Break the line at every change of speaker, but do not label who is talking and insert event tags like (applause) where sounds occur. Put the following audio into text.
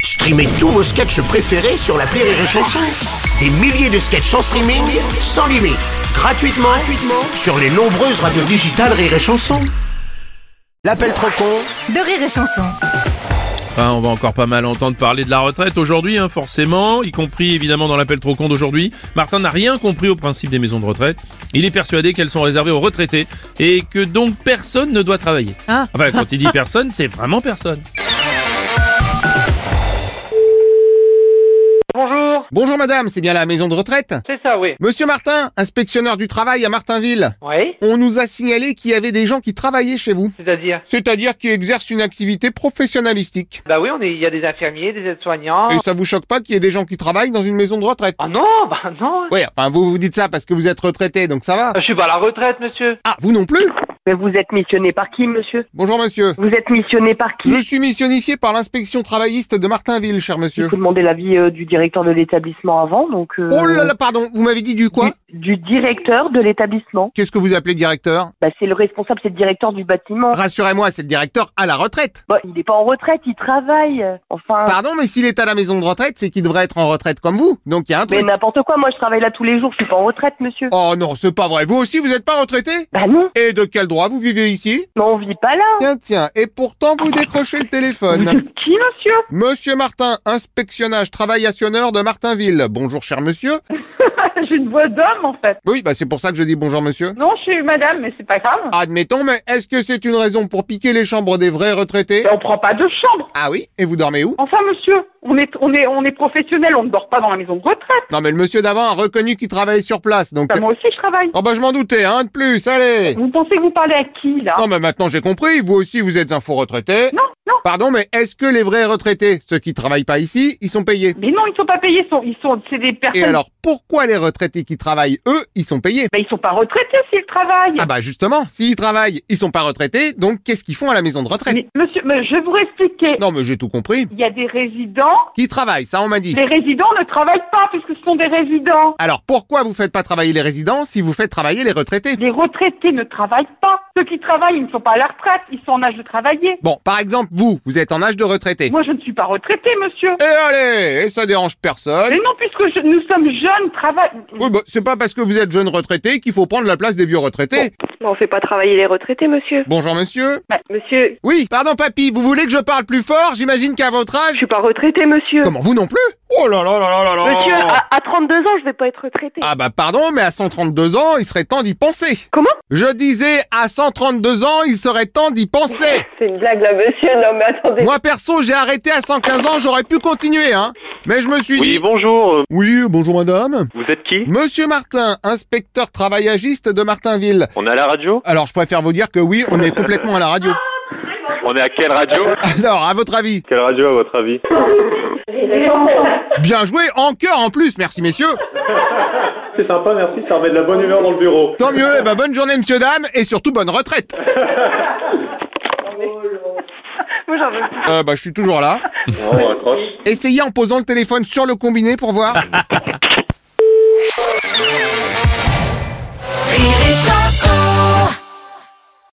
Streamez tous vos sketchs préférés sur la Rire et Chanson. Des milliers de sketchs en streaming, sans limite, gratuitement, gratuitement sur les nombreuses radios digitales Rire et Chanson. L'appel trop con
de rire et chanson.
Enfin, Hein, on va encore pas mal entendre parler de la retraite aujourd'hui, hein, forcément, y compris évidemment dans l'appel trop con d'aujourd'hui. Martin n'a rien compris au principe des maisons de retraite. Il est persuadé qu'elles sont réservées aux retraités et que donc personne ne doit travailler.
Ah.
Enfin, quand il dit personne, c'est vraiment personne.
Bonjour,
Bonjour madame, c'est bien la maison de retraite
c'est ça, oui.
Monsieur Martin, inspectionneur du travail à Martinville.
Oui,
On nous a signalé qu'il y avait des gens qui travaillaient chez vous.
c'est-à-dire
C'est-à-dire qui exercent une activité professionnalistique.
Bah oui, on est, il y a des infirmiers, des aides-soignants.
Et ça vous choque pas qu'il y ait des gens qui travaillent dans une maison de retraite
Ah non, bah non.
Ouais, enfin vous vous dites ça parce que vous êtes retraité, donc ça va.
Je suis pas à la retraite, monsieur.
Ah, vous non plus
Mais vous êtes missionné par qui, monsieur
Bonjour monsieur.
Vous êtes missionné par qui
Je suis missionifié par l'inspection travailliste de Martinville, cher
Il
monsieur.
faut demander l'avis euh, du directeur de l'établissement avant, donc... euh,
Oh là là, pardon, vous m'avez dit du quoi
du, du directeur de l'établissement.
Qu'est-ce que vous appelez directeur
Bah, c'est le responsable, c'est le directeur du bâtiment.
Rassurez-moi, c'est le directeur à la retraite.
Bah, il n'est pas en retraite, il travaille.
Ah.
Enfin,
Pardon, mais s'il est à la maison de retraite, c'est qu'il devrait être en retraite comme vous. Donc il y a un truc.
mais n'importe quoi, moi je travaille là tous les jours, je suis pas en retraite, monsieur.
Oh non, c'est pas vrai. Vous aussi, vous n'êtes pas retraité
Bah non,
Et de quel droit vous vivez ici
mais on vit pas là.
Tiens, tiens, et pourtant vous décrochez le
Vous
téléphone.
êtes qui, monsieur
Monsieur Martin, inspectionnage travaillationneur de Martinville. Bonjour cher monsieur.
(laughs) J'ai une voix d'homme en fait.
Oui, bah c'est pour ça que je dis bonjour monsieur.
Non, je suis madame, mais c'est pas grave.
Admettons, mais est-ce que c'est une raison pour piquer les chambres des vrais retraités
Et on prend pas de chambre.
Ah oui, et vous dormez où
Enfin, monsieur, on est, on est, on est professionnel, on ne dort pas dans la maison de retraite.
Non mais le monsieur d'avant a reconnu qu'il travaillait sur place, donc...
Bah, moi aussi, je travaille.
Oh bah je m'en doutais, hein, de plus, allez
Vous pensez que vous parlez à qui là
Non mais maintenant j'ai compris, vous aussi vous êtes un faux retraité.
Ah. Non, non.
Pardon, mais est-ce que les vrais retraités, ceux qui travaillent pas ici, ils sont payés
Mais non, ils sont pas payés, ils sont, ils sont, c'est des personnes.
Et alors, pourquoi les retraités qui travaillent, eux, ils sont payés
Bah, ils sont pas retraités s'ils travaillent.
Ah bah justement, s'ils travaillent, ils sont pas retraités, donc qu'est-ce qu'ils font à la maison de retraite
Mais, monsieur, mais je vais vous expliquer.
Non mais j'ai tout compris.
Il y a des résidents.
Qui travaillent, ça on m'a dit.
Les résidents ne travaillent pas puisque ce sont des résidents.
Alors pourquoi vous faites pas travailler les résidents si vous faites travailler les retraités
Les retraités ne travaillent pas. Ceux qui travaillent, ils ne sont pas à la retraite, ils sont en âge de travailler.
Bon, par exemple, vous, vous êtes en âge de retraité.
Moi, je ne suis pas retraité, monsieur.
Et allez, et ça dérange personne.
Mais non, puisque je- nous sommes jeunes, travail.
Oui, bah, c'est pas parce que vous êtes jeune retraité qu'il faut prendre la place des vieux retraités.
On fait pas travailler les retraités, monsieur.
Bonjour monsieur.
Bah, Monsieur,
Oui, pardon papy, vous voulez que je parle plus fort J'imagine qu'à votre
je
âge...
suis pas retraité, monsieur.
Comment vous non plus Oh là là là là là là
Monsieur, ah. à, à 32 ans, je vais pas être retraité.
Ah bah pardon, mais à 132 ans, il serait temps d'y penser.
Comment
Je disais, à 132 ans, il serait temps d'y penser.
C'est une blague, là, monsieur. Non, mais attendez.
Moi perso, j'ai arrêté à 115 ans, j'aurais pu continuer, hein. Mais je me suis
Oui,
dit...
bonjour.
Oui, bonjour madame.
Vous êtes qui
Monsieur Martin, inspecteur travaillagiste de Martinville.
On est à la radio
Alors je préfère vous dire que oui, on est complètement à la radio.
On est à quelle radio
Alors, à votre avis
Quelle radio, à votre avis
Bien joué, en cœur en plus, merci messieurs.
C'est sympa, merci, ça remet de la bonne humeur dans le bureau.
Tant mieux, eh ben, bonne journée monsieur dame, et surtout bonne retraite.
Moi, j'en veux plus.
Euh, bah je suis toujours là.
Oh, accroche.
Essayez en posant le téléphone sur le combiné pour voir.
Rire et chanson.